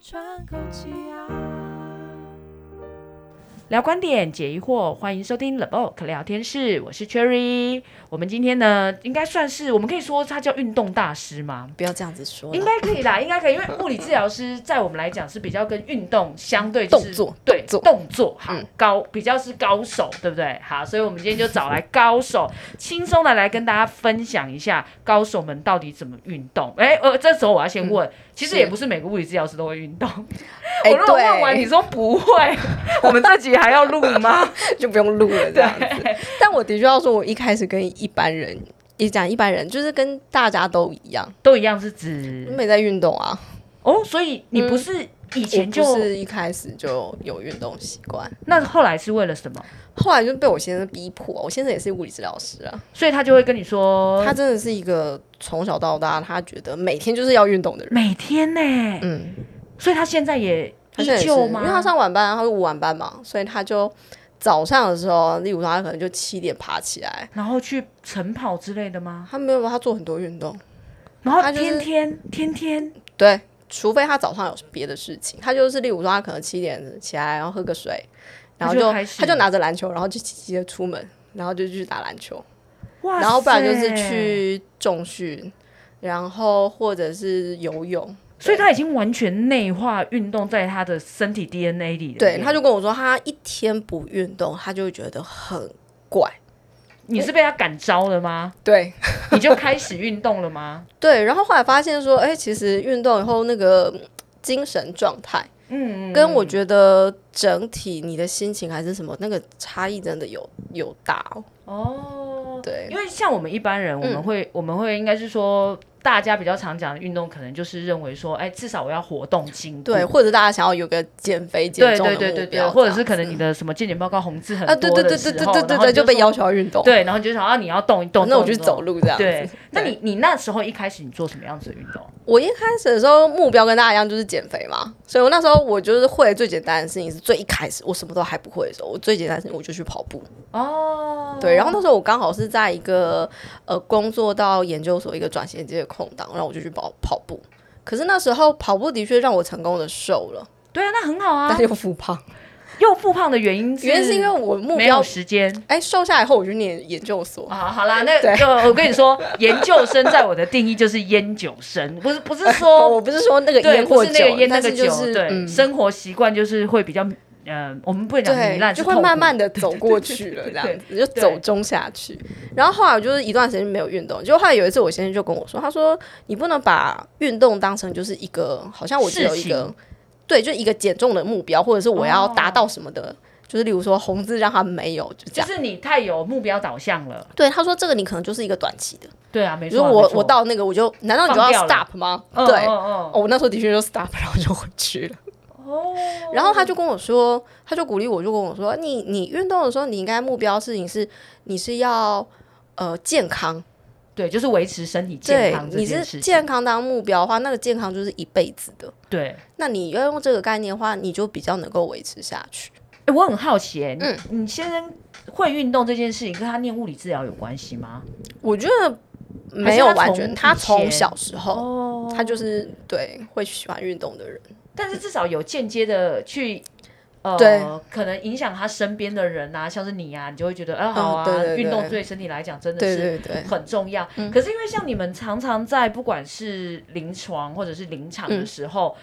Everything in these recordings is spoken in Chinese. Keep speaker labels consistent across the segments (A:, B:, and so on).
A: 喘口气啊。
B: 聊观点，解疑惑，欢迎收听 The Book 聊天室，我是 Cherry。我们今天呢，应该算是我们可以说他叫运动大师吗？
A: 不要这样子说啦，
B: 应该可以啦，应该可以，因为物理治疗师在我们来讲是比较跟运动相对、就是、
A: 动作
B: 对
A: 动作
B: 动作好、
A: 嗯
B: 高比较是高手，对不对？好，所以我们今天就找来高手，轻松的来跟大家分享一下高手们到底怎么运动。哎，呃，这时候我要先
A: 嗯
B: 问，其实
A: 是
B: 也不是每个物理治疗师都会运动。
A: 哎
B: 我如果问完你说不 会，我们这集还要录吗？
A: 就不用录了这样子。但我的确要说，我一开始跟一般人。也讲一般人，就是跟大家都一样，
B: 都一样是指
A: 没在运动啊。
B: 哦，所以你不是嗯以
A: 我
B: 前就、
A: 嗯不是一开始就有运动习惯，
B: 那后来是为了什么？
A: 后来就被我先生逼迫。我先生也是物理治疗师啊，
B: 所以他就会跟你说，
A: 他真的是一个从小到大，他觉得每天就是要运动的人。
B: 每天呢、
A: 嗯，
B: 所以他现在也
A: 他
B: 依
A: 现在也是，
B: 旧
A: 因
B: 吗？
A: 为他上晚班，他是午晚班嘛，所以他就早上的时候，例如他可能就七点爬起来，
B: 然后去晨跑之类的吗？
A: 他没有他做很多运动，
B: 然后
A: 他就
B: 天
A: 是
B: 天、天天
A: 对，除非他早上有别的事情，他就是例如说他可能七点起来，然后喝个水，然后
B: 他就
A: 就
B: 开始
A: 他就拿着篮球，然后就直接出门，然后就去打篮球，
B: 哇塞，
A: 然后不然就是，去重训，然后或者是游泳，
B: 所以他已经完全内化运动在他的身体 DNA 里了。
A: 对，他就跟我说他一天不运动，他就会觉得很怪，
B: 你是被他感召了 吗？
A: 对。
B: 你就开始运动了吗？
A: 对，然后后来发现说，哎、其实运动以后那个嗯精神状态，
B: 嗯，
A: 跟我觉得整体你的心情还是什么，那个差异真的有有大哦。
B: 哦，
A: 对，
B: 因为像我们一般人，我们
A: 嗯
B: 会、我们会应该是说，大家比较常讲的运动，可能就是认为说，哎，至少我要活动筋骨。
A: 对，或者大家想要有个减肥减
B: 对
A: 重的
B: 对对
A: 目标，
B: 对
A: 这
B: 对，
A: 样
B: 或者是可能
A: 子
B: 你的什么健检报告红字很
A: 啊，对
B: 多
A: 对
B: 的
A: 对
B: 时
A: 对
B: 候，
A: 对对对
B: 然后
A: 对，
B: 你
A: 就被
B: 说
A: 要求要运动，
B: 对，然后你就想啊，你要动一动，
A: 那我
B: 动
A: 就
B: 一
A: 去走
B: 动。
A: 路这样
B: 对
A: 子。，
B: 那你你那时候一开始你做什么样子的运动？
A: 我一开始的时候目标跟大家一样，就是减肥嘛，所以我那时候我就是会的最简单的事情，是最一开始我什么都还不会的时候，我最简单的事情我就去跑步。
B: 哦，
A: 对，然后那时候我刚好是在一个呃工作到研究所一个转衔接的空档，然后我就去跑跑步。可是那时候跑步的确让我成功的瘦了，
B: 对啊，那很好
A: 但
B: 啊
A: 是。又复胖，
B: 又复胖的原因是，
A: 原因是因为我目
B: 没有
A: 标
B: 时间。
A: 哎瘦下来后我就念研究所，
B: 啊，好啦，那
A: 对
B: 就我跟你说，研究生在我的定义就是烟酒生，不是不是说
A: 哦我不是说那个
B: 对，
A: 烟
B: 不
A: 或
B: 是
A: 酒，
B: 那个烟那
A: 但
B: 个
A: 是
B: 酒，
A: 就是
B: 对，
A: 嗯
B: 生活习惯就是会比较，呃，我们不能讲糜
A: 对，
B: 烂，
A: 就是会
B: 痛
A: 慢
B: 苦
A: 慢的走过去了，这样子就走中下去。然后后来我就是一段时间没有运动，就后来有一次我先生就跟我说，他说你不能把运动当成就是一个，好像我只有一
B: 事
A: 个，对，就一个减重的目标，或者是我要
B: 哦
A: 达到什么的，就是例如说红字让他没有，就
B: 就
A: 这样。
B: 是你太有目标导向了。
A: 对，他说这个你可能就是一个短期的，
B: 对啊，没
A: 如
B: 错啊，
A: 果
B: 没
A: 我
B: 错
A: 我，到那个我就难道你就
B: 放掉
A: 要
B: 了
A: stop 吗？
B: 嗯
A: 对，哦，
B: 嗯嗯
A: 我那时候的确就 stop，然后 就回去了。
B: 哦，
A: 然后他就跟我说，他就鼓励我，就跟我说，你你运动的时候，你应该目标事情是你是要呃健康，
B: 对，就是维持身体健康
A: 对，
B: 这
A: 你
B: 件
A: 是
B: 事情，
A: 健康当目标的话，那个健康就是一辈子的。
B: 对。
A: 那你要用这个概念的话，你就比较能够维持下去。
B: 哎，我很好奇，哎，
A: 嗯
B: 你你先生会运动这件事情跟他念物理治疗有关系吗？
A: 我觉得没有完全，
B: 还是他
A: 他
B: 从以前
A: 从小时候。
B: 哦，
A: 他就是对会喜欢运动的人，
B: 但是至少有间接的去。呃
A: 对，
B: 可能影响他身边的人啊，像是你啊，你就会觉得，啊，好啊，
A: 嗯对对对
B: 运动对身体来讲真的
A: 对
B: 是
A: 对对，嗯
B: 很重要。可是因为像你们常常在不管是临床或者是临场
A: 嗯
B: 的时候，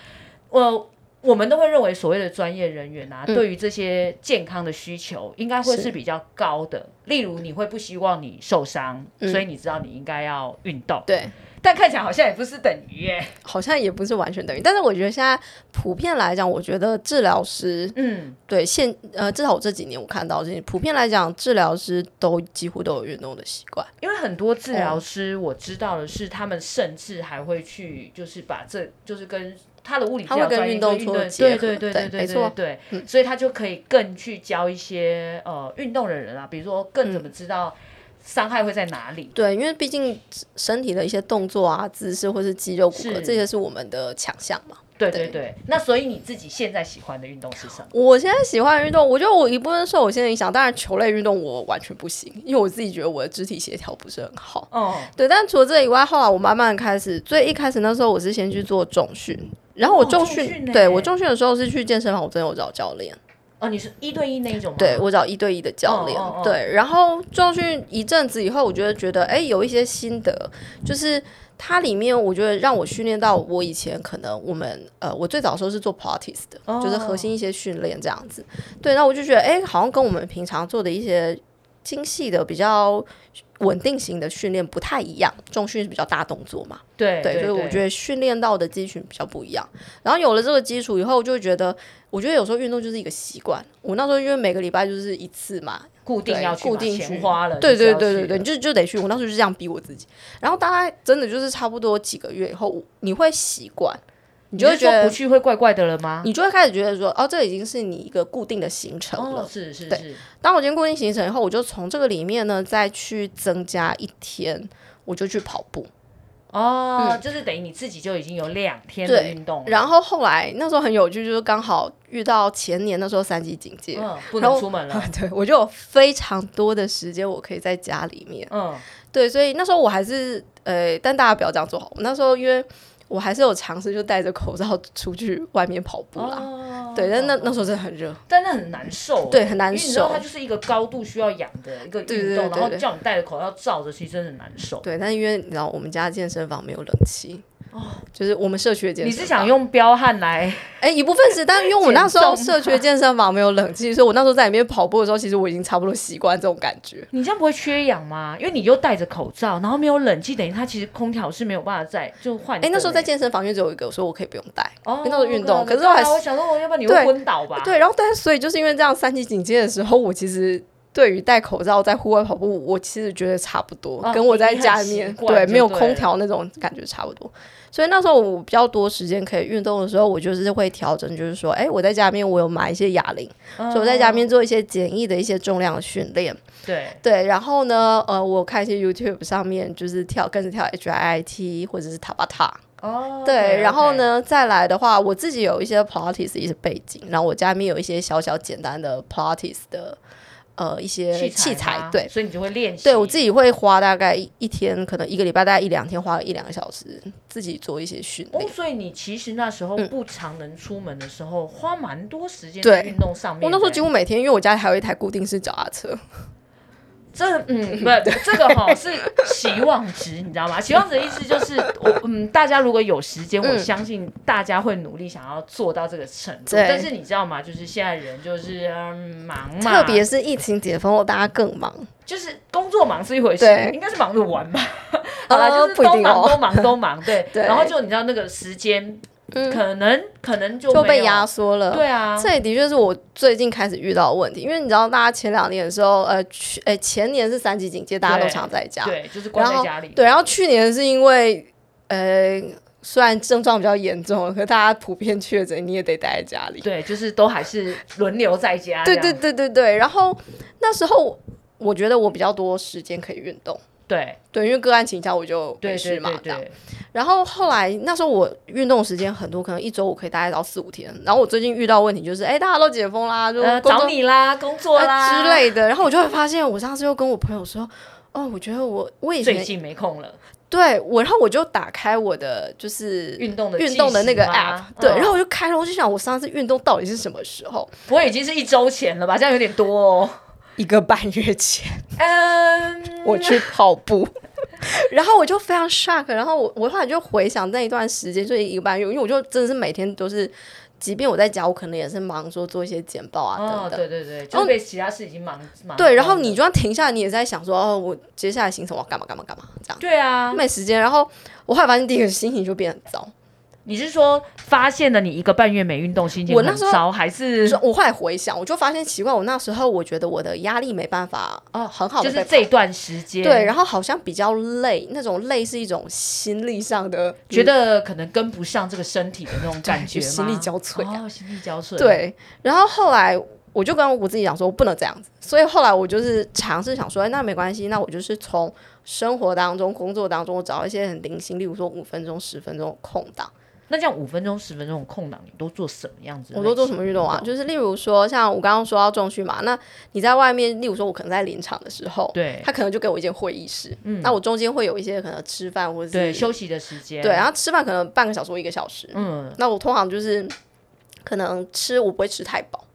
B: 呃，我们都会认为所谓的专业人员啊，
A: 嗯
B: 对于这些健康的需求应该会
A: 是
B: 是比较高的。例如，你会不希望你受伤，
A: 嗯
B: 所以你知道你应该要运动，
A: 对，
B: 但看起来好像也不是等于耶。
A: 好像也不是完全等于，但是我觉得现在普遍来讲，我觉得治疗师
B: 嗯，
A: 对现呃，至少我这几年我看到，这普遍来讲，治疗师都几乎都有运动的习惯。
B: 因为很多治
A: 哦
B: 疗师，我知道的是，他们甚至还会去，就是把这就是跟他的物理治
A: 他会
B: 疗
A: 跟
B: 专业
A: 运动
B: 跟
A: 做结
B: 对
A: 合
B: 对对对
A: 对
B: 对
A: 没错嗯
B: 对对，所以他就可以更去教一些呃运动的人啊，比如说更怎么知道伤害会在哪里。
A: 对，因为毕竟身体的一些动作啊、姿势或是肌肉骨骼
B: 是
A: 这些是我们的强项嘛。
B: 对对对，那所以你自己现在喜欢的运动是什么？
A: 我现在喜欢的运动，我觉得我一部分受我现在影响，当然球类运动我完全不行，因为我自己觉得我的肢体协调不是很好。
B: 嗯，
A: 对，但除了这以外，后来我慢慢开始，最一开始那时候我是先去做重训，然后我
B: 哦重
A: 重训，
B: 训欸
A: 对我重训的时候是去健身房，我真的有找教练。
B: 哦，你是一对一那一种吗？
A: 对，我找一对一的教练，
B: 哦哦哦
A: 对，然后重训一阵子以后，我觉得觉得哎、有一些心得，就是它里面我觉得让我训练到我以前可能我们呃，我最早的时候是做 Pilates 的，
B: 哦
A: 就是核心一些训练这样子，对，那我就觉得哎、好像跟我们平常做的一些精细的比较。稳定型的训练不太一样，重训是比较大动作嘛，
B: 对
A: 对，
B: 对，
A: 所以我觉得训练到的肌群比较不一样。然后有了这个基础以后，就会觉得，我觉得有时候运动就是一个习惯。我那时候因为每个礼拜就是一次嘛，
B: 固定
A: 对
B: 要去嘛，
A: 固定去
B: 钱花了，
A: 对
B: 就是
A: 对
B: 要
A: 对对
B: 去了
A: 对，你，就就得去。我那时候就是这样逼我自己。然后大概真的就是差不多几个月以后，我你会习惯，你
B: 你
A: 就会
B: 是
A: 觉
B: 说
A: 得
B: 不，去会怪怪的了吗？
A: 你就会开始觉得说，哦，这已经是你一个固定的行程了
B: 哦，。是是
A: 对
B: 是，
A: 当我今天固定行程以后，我就从这个里面呢再去增加一天，我就去跑步。
B: 哦，就是等于你自己就已经有两天的
A: 嗯对
B: 运动了，
A: 然后后来那时候很有趣，就是刚好遇到前年那时候三级警戒，
B: 嗯，不
A: 然
B: 能
A: 后
B: 出门了
A: 啊，， 对我就有非常多的时间，我可以在家里面。
B: 嗯，
A: 对，所以那时候我还是呃，但大家不要这样做好。我那时候因为我还是有尝试，就戴着口罩出去外面跑步啦。
B: 哦
A: 对，但那
B: 哦
A: 那时候真的很热，
B: 但那很难受，
A: 啊对，，很难
B: 因为你知道
A: 受
B: 它。就是一个高度需要氧的一个
A: 对
B: 运
A: 对
B: 动，
A: 对
B: 然后
A: 对
B: 叫你戴着口罩罩着，其实真的很难受。
A: 对，但是因为你知道我们家健身房没有冷气，
B: 哦
A: 就是我们社区的健
B: 你
A: 身房。
B: 是想用彪悍来？
A: 哎、一部分是，但因为我那时候
B: 减重
A: 社区的健身房没有冷气，所以我那时候在里面跑步的时候，其实我已经差不多习惯这种感觉。
B: 你这样不会缺氧吗？因为你又戴着口罩，然后没有冷气，等于它其实空调是没有办法在就换。
A: 哎、那时候在，健身房因为只有一个，所以我可以不用戴。
B: 哦，
A: 那时候运动可是
B: 我
A: 我还是
B: 我想说，我要不然你会
A: 对
B: 昏倒吧？
A: 对，然后但是所以就是因为这样三级警戒的时候，我其实对于戴口罩在户外跑步，我其实觉得差不多，
B: 哦
A: 跟我
B: 你
A: 在
B: 很
A: 家里
B: 习
A: 面
B: 惯
A: 对
B: 就
A: 没有
B: 对
A: 空
B: 了
A: 调那种感觉差不多。所以那时候我比较多时间可以运动的时候，我就是会调整，就是说，哎、我在家里面我有买一些哑铃，
B: 嗯，
A: 所以我在家里面做一些简易的一些重量的训练。
B: 对，
A: 对，然后呢，呃，我看一些 YouTube 上面就是跳跟着跳 HIIT 或者是塔巴塔。
B: 哦，
A: 对，
B: OK，OK
A: 然后？呢，再来的话，我自己有一些 Pilates 的一些背景，然后我家里面有一些小小简单的 Pilates 的呃一些
B: 器
A: 器
B: 吗
A: 材，对。
B: 所以你就会练习。
A: 对我自己会花大概一一天，可能一个礼拜大概一两天，花一两个小时自己做一些训
B: 哦
A: 练。，
B: 所以你其实那时候不常能出门的时候，花蛮多时间在
A: 嗯对
B: 运动上面的。
A: 我那时候几乎每天，因为我家里还有一台固定式脚踏车，
B: 这 嗯，不，这个哈、是期望值，你知道吗？期望值的意思就是，我嗯，大家如果有时间，我
A: 嗯
B: 相信大家会努力想要做到这个程度。
A: 对
B: 但是你知道吗？就是现在人就是、嗯、忙嘛，
A: 特别是疫情解封后，大家更忙。
B: 就是工作忙是一回事
A: 对，哦
B: 应该是忙着玩吧。好啦，就是
A: 不一
B: 都
A: 定
B: 忙、
A: 哦，
B: 都忙都忙，对。
A: 对
B: 然后就你知道那个时间，
A: 嗯，
B: 可能可能就
A: 就
B: 没
A: 被
B: 有
A: 压缩了。
B: 对啊，
A: 这也的确是我最近开始遇到的问题，因为你知道，大家前两年的时候，呃，去，呃，前年是三级警戒，大家都常在家，
B: 对，就是关在
A: 然后
B: 家里。
A: 对，然后去年是因为，呃，虽然症状比较严重，可大家普遍确诊，你也得待在家里。
B: 对，就是都还是轮流在家。
A: 对
B: 这
A: 对
B: 样
A: 对对对，然后那时候我觉得我比较多时间可以运动，
B: 对
A: 对，因为个案请假我就
B: 对对
A: 没事嘛，
B: 对
A: 这样。
B: 对，
A: 然后后来那时候我运动时间很多，可能一周我可以大概到四五天。然后我最近遇到问题就是，哎，大家都解封啦，就
B: 呃，
A: 工作
B: 找你啦，工作啦、
A: 呃之。类的。然后我就会发现，我上次又跟我朋友说，哦，我觉得我我以
B: 最
A: 前
B: 近没空了，
A: 对我，然后我就打开我的就是
B: 运动的嗯
A: 运动的那个 app，对，然
B: 后
A: 后我就开了，我就想我上次运动到底是什么时候？
B: 不会已经是一周前了吧？这样有点多哦。
A: 一个半月前
B: 嗯，
A: 我去跑步。然后我就非常 shock，然后我我后来就回想那一段时间，就一个半月，因为我就真的是每天都是，即便我在家，我可能也是忙说做一些简报 啊等等。
B: 哦，对嗯对对，就被其他事已经忙忙。
A: 对，然后你就算停下来，你也在想说，哦，我接下来行程我要干嘛干嘛干嘛这样。
B: 对啊，
A: 没时间。然后我后来发现，第一个心情就变得很糟。
B: 你是说发现了你一个半月没运动，心情
A: 我那
B: 很
A: 时候
B: 糟，还是
A: 就是我后来回想，我就发现奇怪，我那时候我觉得我的压力没办法，哦，很好
B: 就
A: 的
B: 是这段时间？
A: 对，
B: 后
A: 然后好像比较累，那种累是一种心力上的
B: 觉得可能跟不上这个身体的那种感觉吗？
A: 心力交瘁啊。
B: 哦，心力交瘁。，
A: 对，然后后来我就跟我自己讲说，我不能这样子，所以后来我就是尝试想说，哎那没关系，那我就是从生活当中、工作当中，我找一些很零星，例如说五分钟、十分钟的空档，
B: 那这样五分钟、十分钟的空档，你都做什么样子？
A: 我都做什么运动
B: 嗯
A: 啊？？就是例如说，像我刚刚说到重训嘛，那你在外面，例如说，我可能在临场的时候，
B: 对
A: 他可能就给我一间会议室，
B: 嗯
A: 那我中间会有一些可能吃饭或者是
B: 对，休息的时间。
A: 对，啊然后吃饭可能半个小时或一个小时，
B: 嗯，
A: 那我通常就是可能吃我不会吃太饱，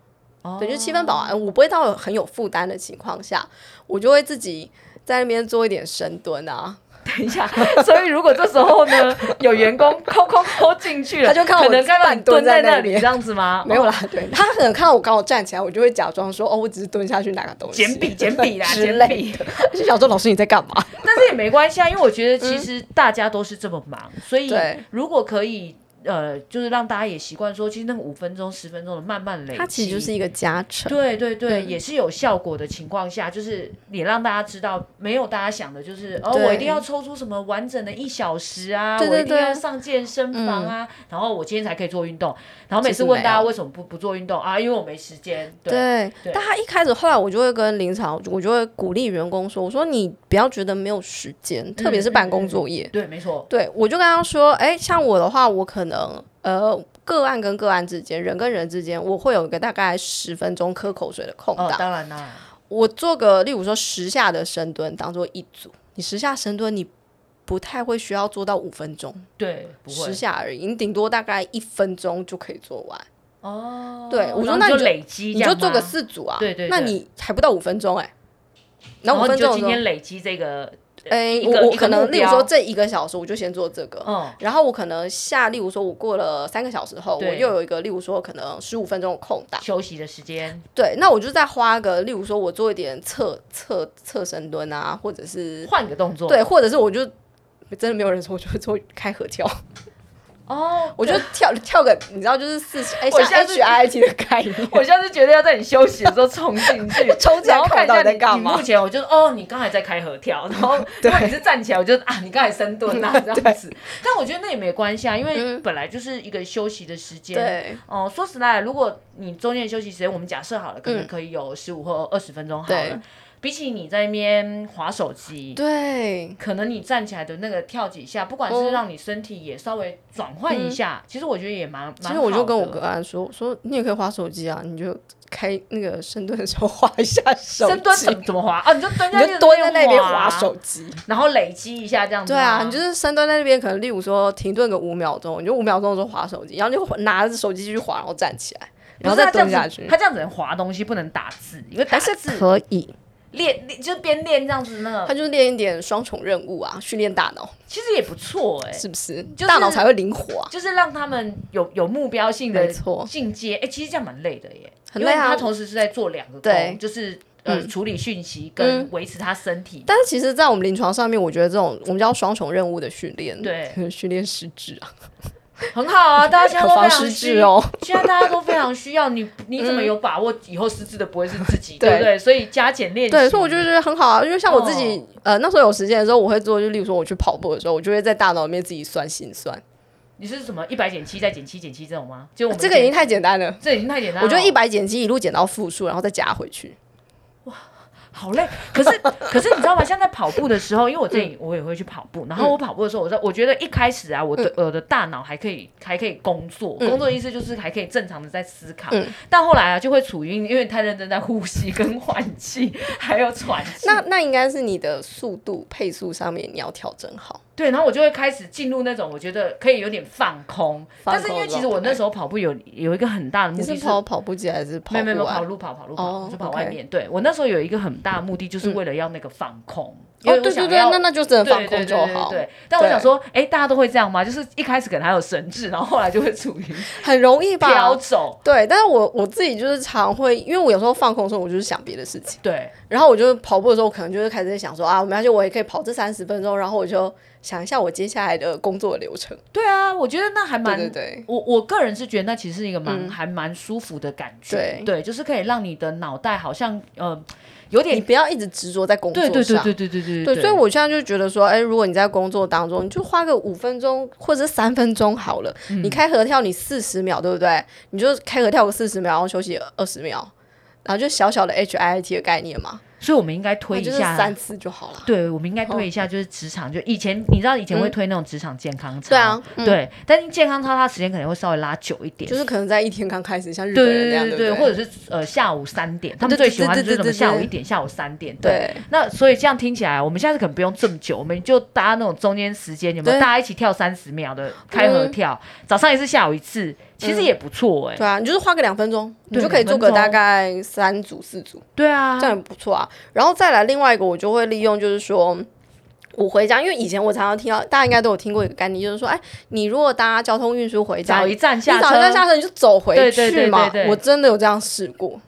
B: 哦
A: 对，就七分饱啊，我不会到有很有负担的情况下，我就会自己在那边做一点深蹲啊，
B: 等一下， 所以如果这时候呢，有员工抠抠抠进去了，
A: 他就看我
B: 可能刚刚
A: 半
B: 你
A: 蹲
B: 蹲在
A: 在那
B: 那里
A: 边
B: 这样子 吗？
A: 没有啦， 对他可能看到我刚好站起来，我就会假装说哦，我只是蹲下去拿个东西，
B: 简笔简笔啦，
A: 之
B: 简
A: 类
B: 笔。
A: 就想说老师你在干嘛？
B: 但是也没关系啊，因为我觉得其实大家都是这么忙，所以
A: 嗯对
B: 如果可以，呃，就是让大家也习惯说，其实那个五分钟、十分钟的慢慢累积，
A: 它其实就是一个加成，
B: 对对对，
A: 嗯
B: 也是有效果的情况下，就是也让大家知道，没有大家想的，就是哦，
A: 对
B: 我一定要抽出什么完整的一小时啊，
A: 对对
B: 我一定要
A: 对
B: 上健身房啊，然后我今天才可以做运动，然后每
A: 其
B: 次
A: 实
B: 问
A: 没
B: 大家
A: 有
B: 为什么不不做运动啊，因为我没时间。对
A: 对
B: 对，
A: 但他一开始，后来我就会跟林场，我就会鼓励员工说：“我说你不要觉得没有时间，特别
B: 嗯
A: 是办公作业。
B: 对，没错，
A: 对我就跟他说：“哎，像我的话，我可能呃个案跟个案之间，人跟人之间，我会有一个大概十分钟喝口水的空
B: 哦，
A: 档，
B: 当然啦，
A: 我做个例如说十下的深蹲当做一组，你十下深蹲你。”不太会需要做到五分钟，
B: 对，不会
A: 十下而已，你顶多大概一分钟就可以做完。
B: 哦。
A: 对我说
B: 然后
A: 那
B: 你就
A: 你就
B: 累积这
A: 你
B: 样吗，
A: 就做个四组啊，
B: 对对对
A: 那你还不到五分钟哎、那
B: 然
A: 五
B: 后
A: 分
B: 你
A: 钟
B: 就
A: 的时
B: 今
A: 候，
B: 天累积这个，
A: 哎、
B: 一个
A: 我
B: 一
A: 我
B: 个
A: 可
B: 目
A: 能例如
B: 标
A: 说这一个小时我就先做这个，
B: 嗯，
A: 然后我可能下，例如说我过了三个小时后，我
B: 对
A: 又有一个例如说可能十五分钟的空档，
B: 休息的时间，
A: 对，那我就再花个例如说我做一点侧侧侧深蹲啊，或者是
B: 换个动作，
A: 对，或者是我就。真的没有人说，我就会做开合跳，
B: 哦，
A: 我就跳跳个，你知道，就是四十哎，
B: 我
A: 像
B: 下次
A: H I T 的概念，，
B: 我下次绝对要在你休息的时候冲进去
A: 抽起来
B: 然后看一下
A: 看我到底在
B: 你
A: 干
B: 你
A: 嘛
B: 目前我就哦，你刚才在开合跳，然 后如果你是站起来，我就啊，你刚才深蹲啊这样子。 但我觉得那也没关系啊，因为本来就是一个休息的时间。
A: 嗯对
B: 哦、说实在，如果你中间的休息时间，我们假设好了，可能
A: 嗯
B: 可以有十五或二十分钟好
A: 对
B: 了。比起你在那边划手机，
A: 对，
B: 可能你站起来的那个跳几下，不管
A: 哦嗯
B: 是让你身体也稍微转换一下，其实我觉得也蛮蛮
A: 其实我就
B: 好
A: 跟我
B: 的
A: 个案说，我说你也可以划手机啊，你就开那个深蹲的时候划一下手机，
B: 深蹲怎么怎么滑啊？你就蹲
A: 你
B: 在
A: 就蹲在那边
B: 滑
A: 划，手机。
B: 然后累积一下这样子
A: 对
B: 吗。
A: 啊，你就是深蹲在那边，可能例如说停顿个五秒钟，你就五秒钟的时候划手机，然后就拿着手机继续划，然后站起来，然
B: 不是
A: 后再
B: 他这
A: 蹲
B: 样
A: 下
B: 子
A: 去，
B: 他这样子能滑东西，不能打字，因为打
A: 还是
B: 字
A: 可以。
B: 练练就是边练这样子那
A: 他
B: 个，
A: 就练一点双重任务啊，训练大脑，
B: 其实也不错哎、
A: 是不是？
B: 就是
A: 大脑才会灵活啊。
B: 就是让他们有有目标性
A: 没
B: 的
A: 错
B: 进阶，哎、其实这样蛮累的耶，
A: 很累啊
B: 因为他同时是在做两个
A: 对
B: 工，就是呃、
A: 嗯
B: 处理讯息跟维持他身体。
A: 但是其实，在我们临床上面，我觉得这种我们叫双重任务的训练，
B: 对，
A: 训练失智 啊，
B: 很好啊，大家现在
A: 可
B: 都非
A: 防
B: 常
A: 失
B: 需
A: 智哦。嗯
B: 现在大家都非常需要你，你怎么有把握以后失智的不会是自 己，对不
A: 对
B: 对？所以加减练习。
A: 对，所以我就觉得很好啊，因为像我自己，
B: 哦
A: 呃，那时候有时间的时候，我会做，就例如说我去跑步的时候，我就会在大脑里面自己算心算，
B: 你是什么一百减七再减七减七这种吗？就我们
A: 这个已
B: 以
A: 经
B: 前
A: 太简单了。
B: 这已经太简单了。哦
A: 我觉得一百减七一路减到负数，然后再加回去。
B: 好累，可是 可是你知道吗？像在跑步的时候，因为我自
A: 嗯
B: 己我也会去跑步，然后我跑步的时候，我在我觉得一开始啊，我的、
A: 嗯
B: 我的大脑还可以还可以工作，工作意思就是还可以正常的在思考，
A: 嗯
B: 但后来啊就会处于因为太认真在呼吸跟换气， 还有喘气，
A: 那那应该是你的速度配速上面你要调整好。
B: 对，然后我就会开始进入那种我觉得可以有点放空，
A: 放空
B: 但是因为其实我那时候跑步有有一个很大的目
A: 你
B: 的
A: 是
B: 是
A: 跑跑步机还是跑
B: 没有没有没
A: 步
B: 有跑
A: 啊？
B: 路跑跑路跑，
A: 哦
B: 就跑
A: OK 嗯
B: 外面。对我那时候有一个很大的目的，就是为了要那个放空，因
A: 哦，
B: 为我
A: 对对
B: 想
A: 对，
B: 要
A: 那那就只能呃放空就
B: 对对对
A: 好
B: 对，对但我想说，哎，大家都会这样吗？就是一开始可能还有神志，然后后来就会 处于
A: 很容易
B: 飘
A: 吧？
B: 走。
A: 对，但是我我自己就是常会，因为我有时候放空的时候，我就是想别的事情。
B: 对，
A: 然后我就跑步的时候，我可能就会开始在想说啊，没关系，我也可以跑这三十分钟，然后我就想一下我接下来的工作流程。
B: 对啊，我觉得那还
A: 对
B: 蛮
A: 对对，
B: 我我个人是觉得那其实是一个蛮、
A: 嗯
B: 还蛮舒服的感觉，
A: 对
B: 就是可以让你的脑袋好像呃有
A: 你
B: 点
A: 不要一直执着在工作
B: 对
A: 上。
B: 对对对对对对
A: 对所以我现在就觉得说，哎，如果你在工作当中，你就花个五分钟或者是三分钟好了。
B: 嗯
A: 你开合跳，你四十秒，对不对？你就开合跳个四十秒，然后休息二十秒，然后就小小的 H I I T 的概念嘛。
B: 所以我们应该推一
A: 那哦就是哦
B: 下
A: 三次就好了。
B: 对，我们应该推一下，就是职场，就以前你知道以前会推那种职场健康操，
A: 嗯对啊，嗯，
B: 对，但是健康操它时间可能会稍微拉久一点，
A: 就是可能在一天刚开始，像日
B: 对
A: 本人
B: 对
A: 那样，
B: 对
A: 对不
B: 或者是呃下午三点，他们
A: 对
B: 最
A: 对
B: 喜欢就是什
A: 对对
B: 么
A: 对
B: 下午
A: 对
B: 一点、下午三点，对。
A: 对，
B: 那所以这样听起来，我们下次可能不用这么久，我们就搭那种中间时间，有没有？
A: 对嗯
B: 大家一起跳三十秒的开合跳，早上一次，下午一次，其实也不错哎、
A: 对啊，你就是花个两分钟，你
B: 对
A: 就可以
B: 两分钟
A: 做个大概三组四组，
B: 对啊
A: 这，样也不错啊。然后再来另外一个，我就会利用，就是说。我回家，因为以前我常常听到，大家应该都有听过一个概念，就是说，哎，你如果搭交通运输回家，
B: 早一站
A: 你早
B: 下
A: 上下
B: 车，
A: 车你就走回
B: 对对对
A: 去嘛。
B: 对对
A: 我真的有这样试过，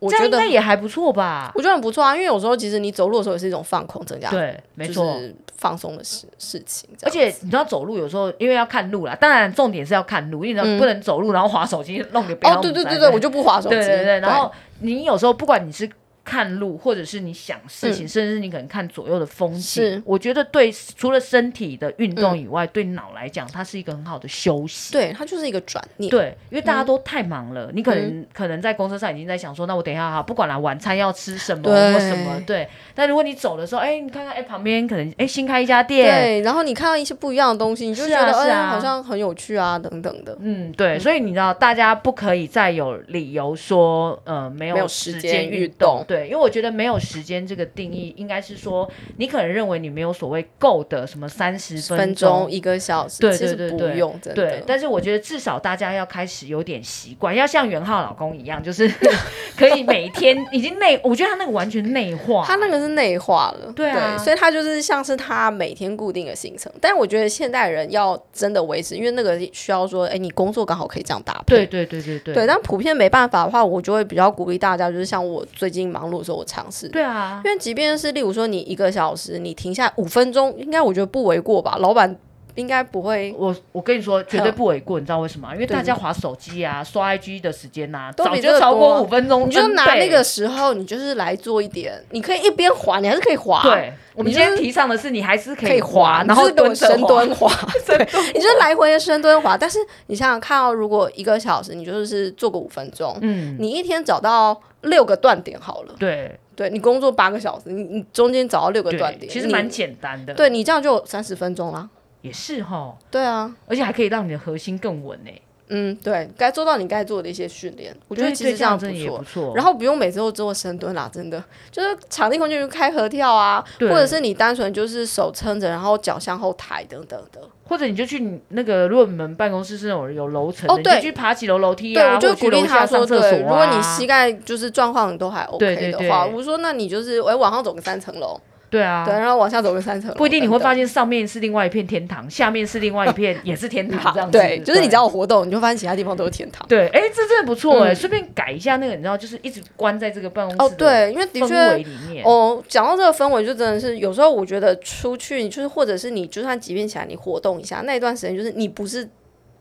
A: 我
B: 这样
A: 觉
B: 应
A: 得
B: 该也还不错吧？
A: 我觉得很不错啊，因为有时候其实你走路的时候也是一种放空，增加
B: 对，没
A: 嗯就
B: 错。
A: 是放松的事事情。这
B: 而
A: 样
B: 且你知道走路有时候因为要看路啦，当然重点是要看路，因为你知道
A: 嗯
B: 不能走路然后划手机弄给别人。
A: 哦，对对对对，我就不划手机。
B: 对对对，然后你有时候不管你是看路，或者是你想事情，甚至是你可能看左右的风景
A: 嗯是，
B: 我觉得对除了身体的运动以外，对脑来讲，它是一个很好的休息。
A: 对嗯它就是一个转念。
B: 对，因为大家都太忙了，你可能可能在公车上已经在想说，那我等一下哈，不管啦，晚餐要吃什么
A: 对
B: 或什么，对。但如果你走的时候，哎，你看看，哎，旁边可能哎新开一家店，
A: 对，然后你看到一些不一样的东西，你就是觉
B: 啊
A: 得，
B: 是
A: 哎
B: 啊
A: 好像很有趣啊，等等的。
B: 嗯，对，所以你知道，大家不可以再有理由说，呃，没
A: 没有
B: 时
A: 时
B: 间
A: 间
B: 运
A: 运
B: 动
A: 动。
B: 对，因为我觉得没有时间这个定义，应该是说，你可能认为你没有所谓够的什么三十
A: 分钟
B: 钟。
A: 一个小时，
B: 对
A: 其
B: 对
A: 实
B: 对
A: 不
B: 对
A: 用真
B: 对，
A: 的。
B: 但是我觉得至少大家要开始有点习惯，要像袁浩老公一样，就是 可以每天已经内，我觉得他那个完全内化，
A: 他那个是内化了，
B: 对啊
A: 所以他就是像是他每天固定的行程。但我觉得现代人要真的维持，因为那个需要说，哎，你工作刚好可以这样搭配。
B: 对对对对对
A: 对，但普遍没办法的话，我就会比较鼓励大家，就是像我最近忙碌的时候，我尝试。
B: 对啊，
A: 因为即便是例如说你一个小时，你停下五分钟，应该我觉得不为过吧？老板应该不会。
B: 我我跟你说，绝对
A: 嗯
B: 不为过，你知道为什么吗？因为
A: 对
B: 大家划手机啊、刷 IG 的时间呐、啊，
A: 都
B: 早
A: 比这
B: 就
A: 个
B: 超
A: 多
B: 过
A: 啊
B: 五分钟 N
A: 你
B: 倍，
A: 就拿那个时候，你就是来做一点，你可以一边滑，你还是可以滑。。
B: 对，我们
A: 你
B: 今天
A: 就是
B: 提倡的是你还是可
A: 可
B: 以
A: 以滑，
B: 滑，然后
A: 你就是给我
B: 蹲着滑。
A: 深蹲滑， 对，你就是来回的深蹲滑。但是你想想看哦，如果一个小时你就是做个五分钟，
B: 嗯，
A: 你一天找到六个断点好了，
B: 对，
A: 对你工作八个小时，你你中间找到六个断
B: 对，
A: 点，
B: 其实
A: 你
B: 蛮简单的，，
A: 对你这样就三十分钟啦。
B: 也是哈，
A: 对啊，
B: 而且还可以让你的核心更稳欸诶。
A: 嗯，对该做到你该做的一些训练，我
B: 我
A: 觉得其实
B: 这
A: 样
B: 真的也
A: 错
B: 不。错。
A: 然
B: 后
A: 后不用每次都做深蹲啦，真的就是场地空间就开合跳啊，或
B: 对
A: 者是你单纯就是手撑着，然后脚向后抬等等的。
B: 或者你就去你那个，如果你们办公室是那种有楼层的，
A: 哦
B: 你
A: 对
B: 就去爬几楼楼梯
A: 对，
B: 啊，
A: 我
B: 或
A: 就
B: 者去
A: 鼓
B: 楼
A: 励
B: 下
A: 他
B: 上
A: 说，
B: 厕所
A: 对，
B: 啊。
A: 如果你膝盖就是状况都还 OK
B: 对
A: 的
B: 对
A: 话，
B: 对
A: 我说那你就是哎往上走个三层楼，
B: 对啊
A: 对，，然后往下走个三层楼，
B: 不一定你会发
A: 现。
B: 现上面是另外一片天 堂，下面是另外一片也是天堂这样子。
A: 对，就是你只要有活动，你就发现其他地方都是天堂。
B: 对，哎，这真的不错哎，
A: 嗯
B: 顺便改一下那个，你知道，就是一直关在这个办公
A: 哦，
B: 室的
A: 对，因为的
B: 氛围
A: 确，
B: 里面。
A: 哦，讲到这个氛围，就真的是有时候我觉得出去，就是或者是你就算即便起来你活动一下，那一段时间就是你不是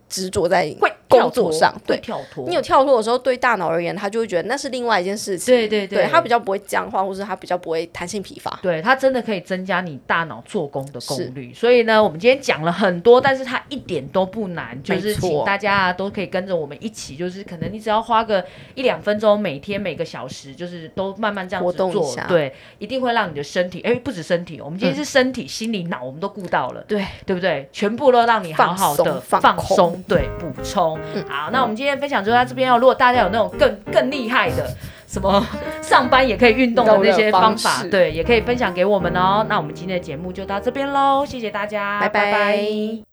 A: 执着在
B: 会
A: 工作上，对
B: 跳脱，
A: 你有跳脱的时候，对大脑而言，他就会觉得那是另外一件事情。
B: 对对对
A: 对，他比较不会僵化，或是他比较不会弹性疲乏。
B: 对它真的可以增加你大脑做工的功率。所以呢，我们今天讲了很多，但是它一点都不难，就
A: 没
B: 是
A: 错
B: 请大家啊都可以跟着我们一起，就是可能你只要花个一两分钟，每天每个小时，就是都慢慢这样
A: 活
B: 子
A: 动一
B: 做
A: 下，嗯
B: 对，一定会让你的身体，哎，不止身体，我们今天是身体、心理、脑，我们都顾到了。
A: 对，
B: 对不对？全部都让你好好的放
A: 放松放空嗯
B: 松，对，补充。好，那我们今天的分享就到这边哦。如果大家有那种更更厉害的什 么上班也可以运动的那些方
A: 运动的方
B: 法，
A: 式
B: 对，也可以分享给我们哦。那我们今天的节目就到这边喽，谢谢大家，
A: 拜
B: 拜
A: 拜
B: 拜